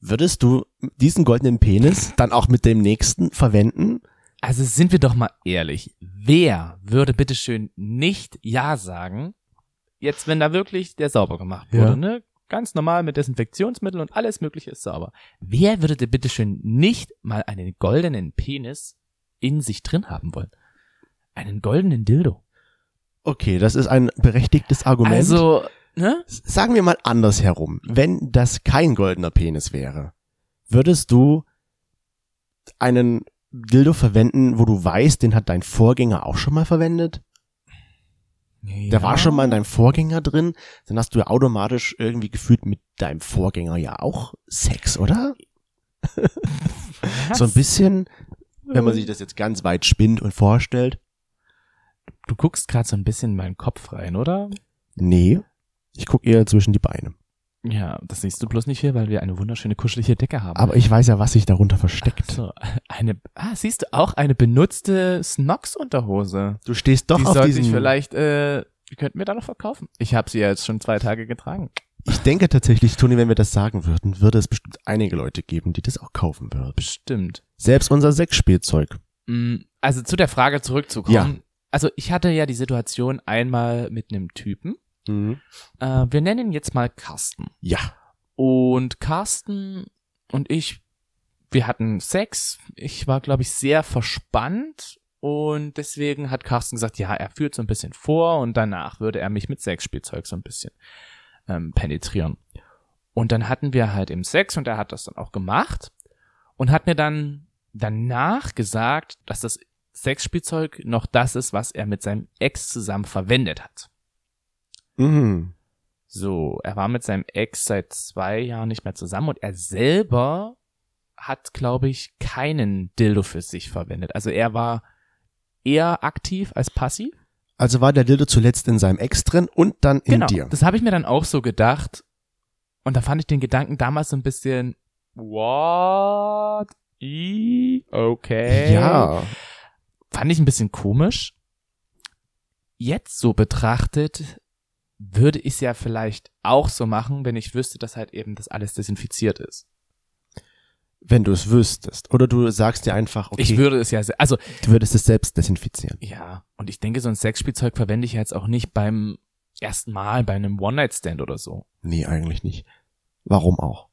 Würdest du diesen goldenen Penis dann auch mit dem nächsten verwenden?
Also sind wir doch mal ehrlich. Wer würde bitteschön nicht Ja sagen, jetzt wenn da wirklich der sauber gemacht wurde,
Ja.
ne? Ganz normal mit Desinfektionsmittel und alles mögliche ist sauber. Wer würde denn bitteschön nicht mal einen goldenen Penis in sich drin haben wollen? Einen goldenen Dildo.
Okay, das ist ein berechtigtes Argument.
Also, ne?
S- sagen wir mal anders herum. Wenn das kein goldener Penis wäre, würdest du einen Dildo verwenden, wo du weißt, den hat dein Vorgänger auch schon mal verwendet? Der war schon mal in deinem Vorgänger drin, dann hast du ja automatisch irgendwie gefühlt mit deinem Vorgänger ja auch Sex, oder? So ein bisschen, wenn man sich das jetzt ganz weit spinnt und vorstellt.
Du guckst gerade so ein bisschen in meinen Kopf rein, oder?
Nee, ich guck eher zwischen die Beine.
Ja, das siehst du bloß nicht viel, weil wir eine wunderschöne kuschelige Decke haben.
Aber ich weiß ja, was sich darunter
Ach
versteckt.
So, eine, ah, siehst du auch eine benutzte Snox-Unterhose.
Du stehst doch
Die
auf
sollte
diesen...
ich vielleicht, äh, die könnten wir da noch verkaufen. Ich habe sie ja jetzt schon zwei Tage getragen.
Ich denke tatsächlich, Toni, wenn wir das sagen würden, würde es bestimmt einige Leute geben, die das auch kaufen würden.
Bestimmt.
Selbst unser Sexspielzeug.
Mm, Also zu der Frage zurückzukommen.
Ja.
Also ich hatte ja die Situation einmal mit einem Typen. Äh, wir nennen ihn jetzt mal Carsten.
Ja.
Und Carsten und ich, wir hatten Sex. Ich war, glaube ich, sehr verspannt. Und deswegen hat Carsten gesagt, ja, er führt so ein bisschen vor und danach würde er mich mit Sexspielzeug so ein bisschen ähm, penetrieren. Und dann hatten wir halt eben Sex und er hat das dann auch gemacht und hat mir dann danach gesagt, dass das Sexspielzeug noch das ist, was er mit seinem Ex zusammen verwendet hat.
Mhm.
So, er war mit seinem Ex seit zwei Jahren nicht mehr zusammen und er selber hat, glaube ich, keinen Dildo für sich verwendet. Also er war eher aktiv als passiv.
Also war der Dildo zuletzt in seinem Ex drin und dann in dir.
Genau. Das habe ich mir dann auch so gedacht. Und da fand ich den Gedanken damals so ein bisschen, what? I?
Äh.
Okay.
Ja.
Fand ich ein bisschen komisch. Jetzt so betrachtet, würde ich es ja vielleicht auch so machen, wenn ich wüsste, dass halt eben das alles desinfiziert ist.
Wenn du es wüsstest. Oder du sagst dir einfach, okay,
Ich würde es ja, se- also
du würdest es selbst desinfizieren.
Ja, und ich denke, so ein Sexspielzeug verwende ich ja jetzt auch nicht beim ersten Mal bei einem One-Night-Stand oder so.
Nee, eigentlich nicht. Warum auch?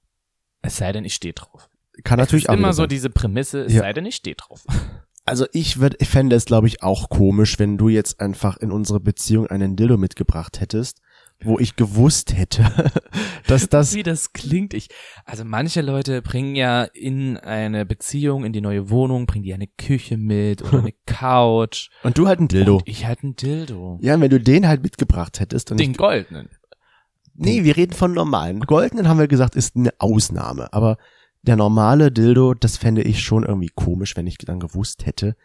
Es sei denn, ich stehe drauf.
Kann natürlich
es
auch
ist immer
wieder
so
sein.
diese Prämisse, es
Ja.
sei denn, ich stehe drauf.
Also ich würde, ich fände es, glaube ich, auch komisch, wenn du jetzt einfach in unsere Beziehung einen Dildo mitgebracht hättest, wo ich gewusst hätte, dass das
Wie das klingt, ich, also manche Leute bringen ja in eine Beziehung, in die neue Wohnung, bringen die eine Küche mit oder eine Couch.
und du halt ein Dildo.
Und ich halt ein Dildo.
Ja, wenn du den halt mitgebracht hättest, dann
Den goldenen.
nee, wir reden von normalen. Goldenen haben wir gesagt, ist eine Ausnahme, aber der normale Dildo, das fände ich schon irgendwie komisch, wenn ich dann gewusst hätte,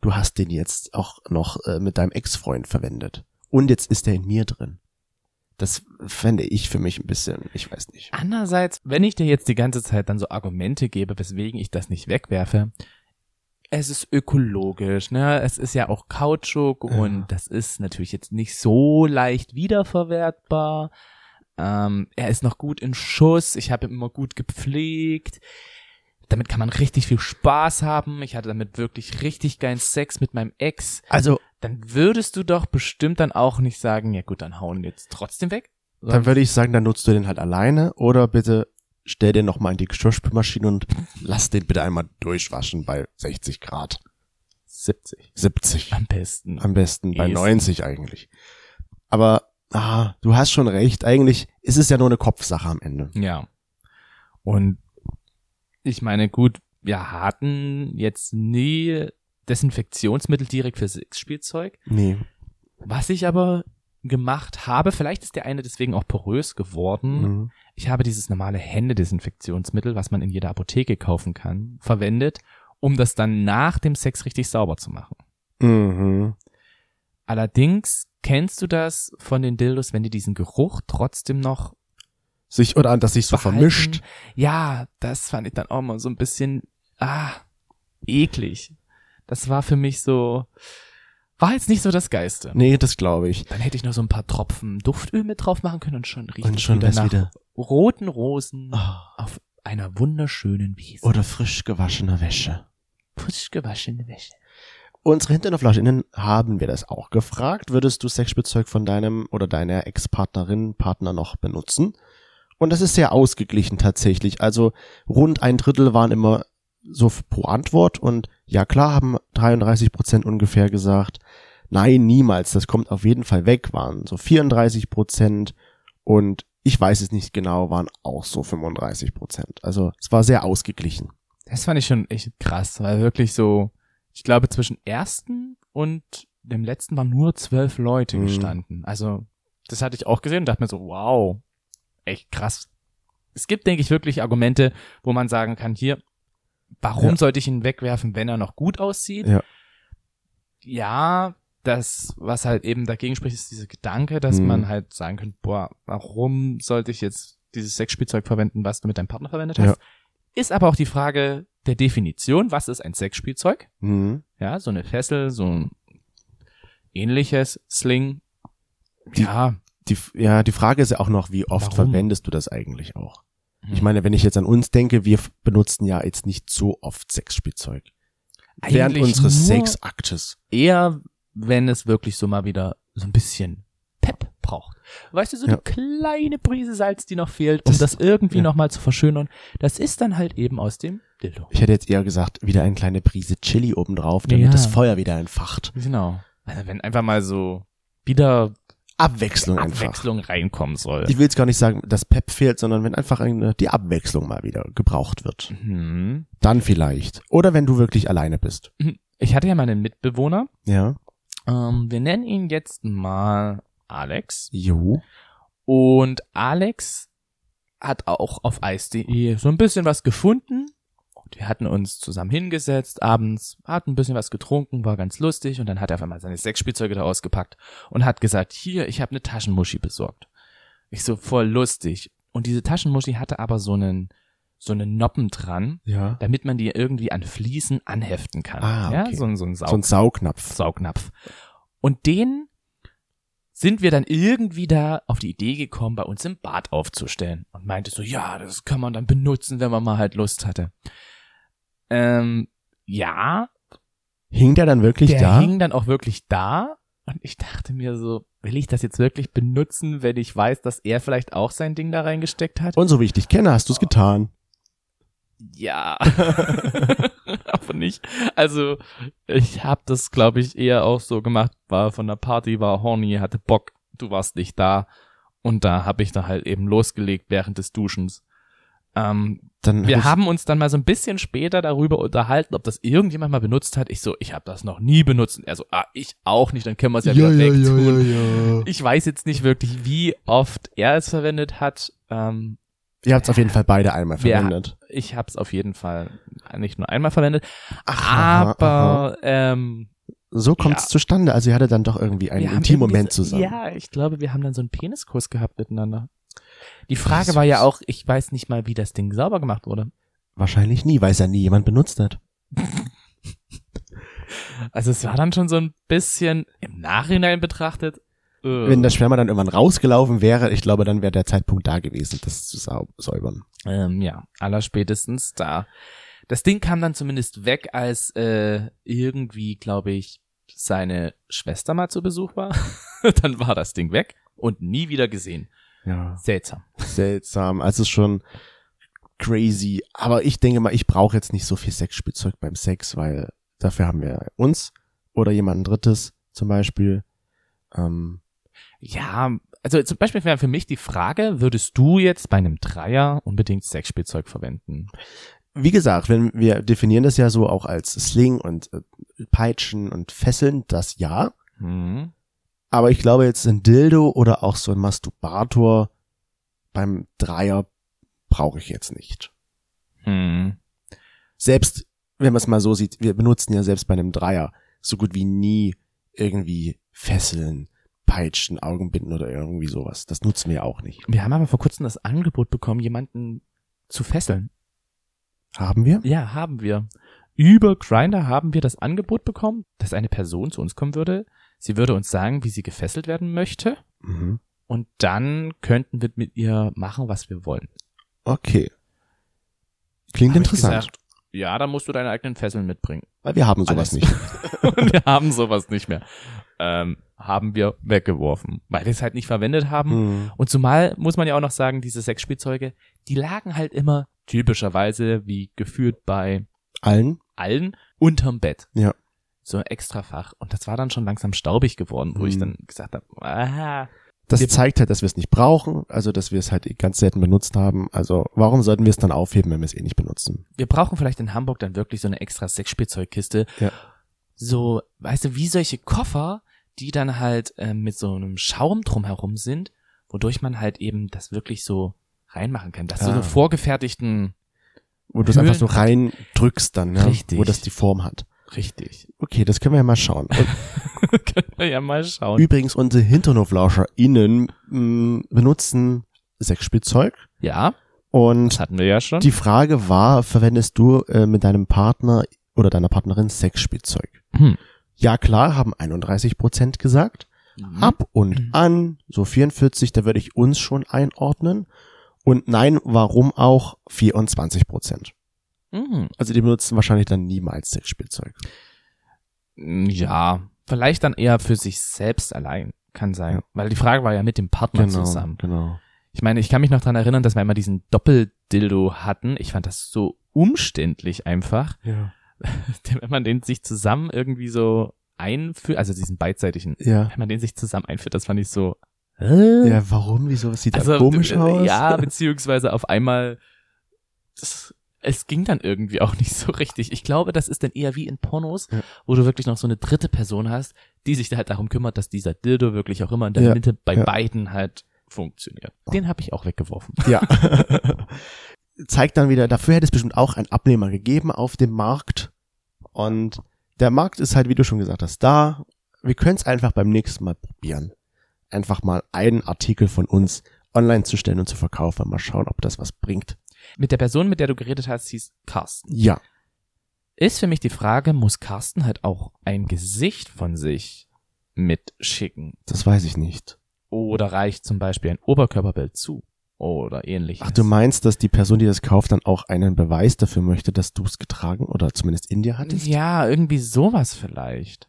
du hast den jetzt auch noch äh, mit deinem Ex-Freund verwendet und jetzt ist er in mir drin. Das fände ich für mich ein bisschen, ich weiß nicht.
Andererseits, wenn ich dir jetzt die ganze Zeit dann so Argumente gebe, weswegen ich das nicht wegwerfe, es ist ökologisch, ne? Es ist ja auch Kautschuk
Ja.
und das ist natürlich jetzt nicht so leicht wiederverwertbar. Ähm, er ist noch gut in Schuss, ich habe ihn immer gut gepflegt. Damit kann man richtig viel Spaß haben. Ich hatte damit wirklich richtig geilen Sex mit meinem Ex.
Also
Dann würdest du doch bestimmt dann auch nicht sagen, ja gut, dann hauen wir jetzt trotzdem weg.
Dann würde ich sagen, dann nutzt du den halt alleine oder bitte stell den nochmal in die Geschirrspülmaschine und lass den bitte einmal durchwaschen bei 60 Grad.
70.
70
Am besten.
am besten, bei
Easy.
90 eigentlich. Aber ah, du hast schon recht, eigentlich ist es ja nur eine Kopfsache am Ende.
Ja. Und ich meine, gut, wir hatten jetzt nie Desinfektionsmittel direkt für Sexspielzeug.
Nee.
Was ich aber gemacht habe, vielleicht ist der eine deswegen auch porös geworden.
Mhm.
Ich habe dieses normale Händedesinfektionsmittel, was man in jeder Apotheke kaufen kann, verwendet, um das dann nach dem Sex richtig sauber zu machen.
Mhm.
Allerdings kennst du das von den Dildos, wenn die diesen Geruch trotzdem noch
Sich oder dass sich so
behalten.
vermischt.
Ja, das fand ich dann auch mal so ein bisschen, ah, eklig. Das war für mich so, war jetzt nicht so das Geiste.
Nee, das glaube ich.
Dann hätte ich noch so ein paar Tropfen Duftöl mit drauf machen können und schon riecht
Und
es
schon
wieder
das
nach
wieder.
roten Rosen
Ah,
auf einer wunderschönen Wiese.
Oder frisch gewaschene Wäsche.
frisch gewaschene Wäsche.
Unsere HinternoflauscherInnen haben wir das auch gefragt. Würdest du Sexspielzeug von deinem oder deiner Ex-Partnerin, Partner noch benutzen? Und das ist sehr ausgeglichen tatsächlich. Also rund ein Drittel waren immer so f- pro Antwort und ja klar haben 33 Prozent ungefähr gesagt, nein, niemals, das kommt auf jeden Fall weg, waren so 34 Prozent und ich weiß es nicht genau, waren auch so 35 Prozent. Also es war sehr ausgeglichen.
Das fand ich schon echt krass, weil wirklich so, ich glaube, zwischen ersten und dem letzten waren nur zwölf Leute
Mhm.
gestanden. Also, das hatte ich auch gesehen und dachte mir so, wow, echt krass. Es gibt, denke ich, wirklich Argumente, wo man sagen kann, hier, warum
Ja.
sollte ich ihn wegwerfen, wenn er noch gut aussieht?
Ja.
Ja, das, was halt eben dagegen spricht, ist dieser Gedanke, dass
Mhm.
man halt sagen könnte, boah, warum sollte ich jetzt dieses Sexspielzeug verwenden, was du mit deinem Partner verwendet hast?
Ja.
Ist aber auch die Frage der Definition, was ist ein Sexspielzeug?
Mhm.
Ja, so eine Fessel, so ein ähnliches Sling.
Die-
ja,
Die, F- ja, die Frage ist ja auch noch, wie oft
Warum?
verwendest du das eigentlich auch? Ich
Hm.
meine, wenn ich jetzt an uns denke, wir f- benutzen ja jetzt nicht so oft Sexspielzeug. während
Eigentlich
unseres
nur
Sexaktes.
eher, wenn es wirklich so mal wieder so ein bisschen Pep braucht. Weißt du, so
Ja.
eine kleine Prise Salz, die noch fehlt, um das,
Das-
irgendwie
ja.
noch nochmal zu verschönern. Das ist dann halt eben aus dem Dildo.
Ich hätte jetzt eher gesagt, wieder eine kleine Prise Chili obendrauf, damit
Ja.
das Feuer wieder entfacht.
Genau. Also wenn einfach mal so wieder
Abwechslung einfach.
Abwechslung reinkommen soll.
Ich will jetzt gar nicht sagen, dass Pep fehlt, sondern wenn einfach eine, die Abwechslung mal wieder gebraucht wird.
Mhm.
Dann vielleicht. Oder wenn du wirklich alleine bist.
Ich hatte ja mal einen Mitbewohner.
Ja.
Ähm, wir nennen ihn jetzt mal Alex.
Jo.
Und Alex hat auch auf Eis.de so ein bisschen was gefunden. Und wir hatten uns zusammen hingesetzt, abends, hatten ein bisschen was getrunken, war ganz lustig. Und dann hat er auf einmal seine Sexspielzeuge da ausgepackt und hat gesagt, hier, ich habe eine Taschenmuschi besorgt. Ich so, voll lustig. Und diese Taschenmuschi hatte aber so einen, so einen Noppen dran,
Ja.
damit man die irgendwie an Fliesen anheften kann.
Ah,
Ja,
okay.
so, ein- so ein Saug.
So ein Saugnapf.
Saugnapf. Und den sind wir dann irgendwie da auf die Idee gekommen, bei uns im Bad aufzustellen. Und meinte so, ja, das kann man dann benutzen, wenn man mal halt Lust hatte. Ähm, ja,
Hing der dann wirklich
der
da?
hing dann auch wirklich da. Und ich dachte mir so, will ich das jetzt wirklich benutzen, wenn ich weiß, dass er vielleicht auch sein Ding da reingesteckt hat?
Und so wie ich dich kenne, hast du es getan.
Ja. Aber nicht. Also, ich habe das, glaube ich, eher auch so gemacht, war von der Party, war horny, hatte Bock, du warst nicht da. Und da habe ich da halt eben losgelegt während des Duschens. Ähm,
Dann
wir
hab
haben uns dann mal so ein bisschen später darüber unterhalten, ob das irgendjemand mal benutzt hat. Ich so, ich habe das noch nie benutzt. Und er so, ah, ich auch nicht, dann können wir es ja,
Ja,
wieder
ja,
wegtun.
ja, ja, ja.
Ich weiß jetzt nicht wirklich, wie oft er es verwendet hat. Ähm,
ich, ihr habt es auf jeden Fall beide einmal
Wir-
verwendet.
ich habe es auf jeden Fall nicht nur einmal verwendet,
aha,
aber Ähm,
So kommt es
Ja.
zustande. Also ihr hattet dann doch irgendwie einen
wir haben
Intimmoment
irgendwie so-
zusammen.
Ja, ich glaube, wir haben dann so einen Peniskurs gehabt miteinander. Die Frage
Krass.
war ja auch, ich weiß nicht mal, wie das Ding sauber gemacht wurde.
Wahrscheinlich nie, weil es ja nie jemand benutzt hat.
Also es war dann schon so ein bisschen im Nachhinein betrachtet. äh,
Wenn das Sperma dann irgendwann rausgelaufen wäre, ich glaube, dann wäre der Zeitpunkt da gewesen, das zu sau- säubern.
ähm, ja, allerspätestens da. Das Ding kam dann zumindest weg, als äh, irgendwie, glaube ich, seine Schwester mal zu Besuch war. dann war das Ding weg und nie wieder gesehen.
Ja.
Seltsam.
Seltsam. Also schon crazy. Aber ich denke mal, ich brauche jetzt nicht so viel Sexspielzeug beim Sex, weil dafür haben wir uns oder jemanden Drittes zum Beispiel. Ähm,
Ja, also zum Beispiel wäre für mich die Frage, würdest du jetzt bei einem Dreier unbedingt Sexspielzeug verwenden?
wie gesagt, wenn wir definieren das ja so auch als Sling und äh, Peitschen und Fesseln, das ja.
Hm.
Aber ich glaube jetzt ein Dildo oder auch so ein Masturbator beim Dreier brauche ich jetzt nicht.
Hm.
Selbst, wenn man es mal so sieht, wir benutzen ja selbst bei einem Dreier so gut wie nie irgendwie Fesseln, Peitschen, Augenbinden oder irgendwie sowas. Das nutzen wir auch nicht.
Wir haben aber vor kurzem das Angebot bekommen, jemanden zu fesseln.
Haben wir?
Ja, haben wir. Über Grinder haben wir das Angebot bekommen, dass eine Person zu uns kommen würde. Sie würde uns sagen, wie sie gefesselt werden möchte.
Mhm.
Und dann könnten wir mit ihr machen, was wir wollen.
Okay. Klingt
Hab ich
interessant.
gesagt, Ja, dann musst du deine eigenen Fesseln mitbringen.
weil wir haben sowas
Alles.
nicht.
Und wir haben sowas nicht mehr. Ähm, haben wir weggeworfen, weil wir es halt nicht verwendet haben.
Mhm.
Und zumal muss man ja auch noch sagen, diese Sexspielzeuge, die lagen halt immer typischerweise, wie geführt bei
Allen?
allen, unterm Bett.
Ja.
So ein extra Fach. Und das war dann schon langsam staubig geworden, wo ich
Mhm.
dann gesagt habe, ah,
Das
Wir-
zeigt halt, dass wir es nicht brauchen, also dass wir es halt ganz selten benutzt haben. Also warum sollten wir es dann aufheben, wenn wir es eh nicht benutzen?
wir brauchen vielleicht in Hamburg dann wirklich so eine extra Sexspielzeugkiste.
Ja.
So, weißt du, wie solche Koffer, die dann halt ähm, mit so einem Schaum drumherum sind, wodurch man halt eben das wirklich so reinmachen kann. Das so
Ah.
vorgefertigten.
Wo du es einfach so
Höhlen-
reindrückst dann, ne?
Richtig.
wo das die Form hat.
Richtig.
Okay, das können wir ja mal schauen. Und
Können wir ja mal schauen.
übrigens, unsere HinterhoflauscherInnen mh, benutzen Sexspielzeug.
Ja, das
Und
hatten wir ja schon.
die Frage war, verwendest du äh, mit deinem Partner oder deiner Partnerin Sexspielzeug?
Hm.
Ja klar, haben 31 Prozent gesagt.
Mhm.
Ab und an, so 44, da würde ich uns schon einordnen. Und nein, warum auch 24 Prozent.
Mhm.
Also die benutzen wahrscheinlich dann niemals Sexspielzeug.
Ja, vielleicht dann eher für sich selbst allein. Kann sein.
Ja.
Weil die Frage war ja mit dem Partner zusammen.
genau.
Ich meine, ich kann mich noch dran erinnern, dass wir immer diesen Doppeldildo hatten. Ich fand das so umständlich einfach,
Ja.
wenn man den sich zusammen irgendwie so einführt, also diesen beidseitigen,
Ja.
wenn man den sich zusammen einführt, das fand ich so
Ja, warum? Wieso? Das sieht
also,
also, komisch aus.
Ja, beziehungsweise auf einmal, das, es ging dann irgendwie auch nicht so richtig. Ich glaube, das ist dann eher wie in Pornos,
Ja.
wo du wirklich noch so eine dritte Person hast, die sich da halt darum kümmert, dass dieser Dildo wirklich auch immer in der
Ja,
Mitte bei
ja.
beiden halt funktioniert. Den habe ich auch weggeworfen.
Ja. Zeigt dann wieder, dafür hätte es bestimmt auch einen Abnehmer gegeben auf dem Markt. Und der Markt ist halt, wie du schon gesagt hast, da. Wir können es einfach beim nächsten Mal probieren. Einfach mal einen Artikel von uns online zu stellen und zu verkaufen. und Mal schauen, ob das was bringt.
Mit der Person, mit der du geredet hast, hieß Carsten.
Ja.
Ist für mich die Frage, muss Carsten halt auch ein Gesicht von sich mitschicken?
Das weiß ich nicht.
Oder reicht zum Beispiel ein Oberkörperbild zu? Oder ähnliches.
Ach, du meinst, dass die Person, die das kauft, dann auch einen Beweis dafür möchte, dass du es getragen oder zumindest in dir hattest?
Ja, irgendwie sowas vielleicht.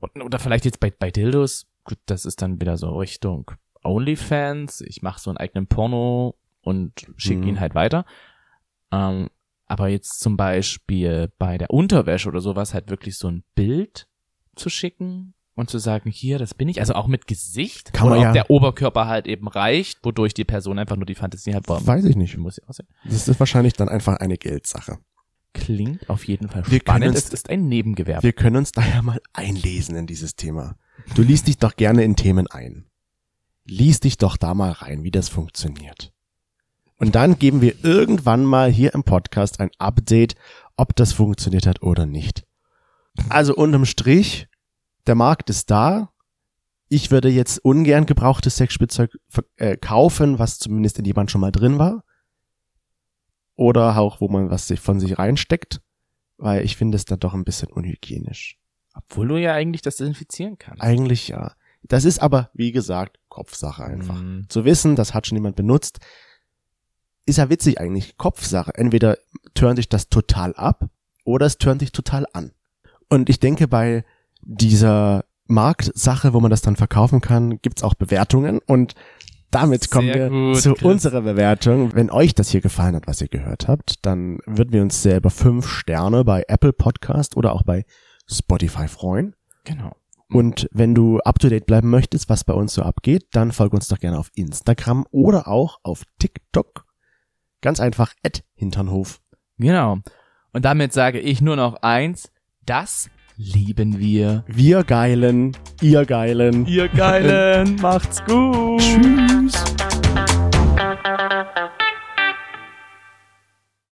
Und, oder vielleicht jetzt bei, bei Dildos, gut, das ist dann wieder so Richtung Onlyfans, ich mache so einen eigenen Porno und schicke
Mhm.
ihn halt weiter. Ähm, aber jetzt zum Beispiel bei der Unterwäsche oder sowas halt wirklich so ein Bild zu schicken und zu sagen, hier, das bin ich, also auch mit Gesicht,
Kann
wo
man
auch
ja.
der Oberkörper halt eben reicht, wodurch die Person einfach nur die Fantasie hat, boah,
Weiß ich nicht.
muss ich aussehen.
Das ist wahrscheinlich dann einfach eine Geldsache.
Klingt auf jeden Fall
Wir können
spannend,
uns-
es ist ein Nebengewerbe.
Wir können uns da ja mal einlesen in dieses Thema. Du liest dich doch gerne in Themen ein. Lies dich doch da mal rein, wie das funktioniert. Und dann geben wir irgendwann mal hier im Podcast ein Update, ob das funktioniert hat oder nicht. Also unterm Strich, der Markt ist da. Ich würde jetzt ungern gebrauchtes Sexspielzeug ver- äh, kaufen, was zumindest in jemand schon mal drin war. Oder auch, wo man was sich von sich reinsteckt weil ich finde es dann doch ein bisschen unhygienisch.
Obwohl du ja eigentlich das desinfizieren kannst.
Eigentlich ja. Das ist aber, wie gesagt, Kopfsache einfach.
Mhm.
Zu wissen, das hat schon jemand benutzt, ist ja witzig eigentlich. Kopfsache. Entweder turnt dich das total ab oder es turnt dich total an. Und ich denke, bei dieser Marktsache, wo man das dann verkaufen kann, gibt's auch Bewertungen und damit kommen wir
Sehr gut,
zu
Chris.
unserer Bewertung. Wenn euch das hier gefallen hat, was ihr gehört habt, dann würden wir uns selber fünf Sterne bei Apple Podcast oder auch bei Spotify freuen.
Genau.
Und wenn du up to date bleiben möchtest, was bei uns so abgeht, dann folge uns doch gerne auf Instagram oder auch auf TikTok. Ganz einfach at Hinternhof.
Genau. Und damit sage ich nur noch eins. Das lieben wir.
Wir geilen, ihr geilen.
Ihr Geilen, macht's gut. Tschüss.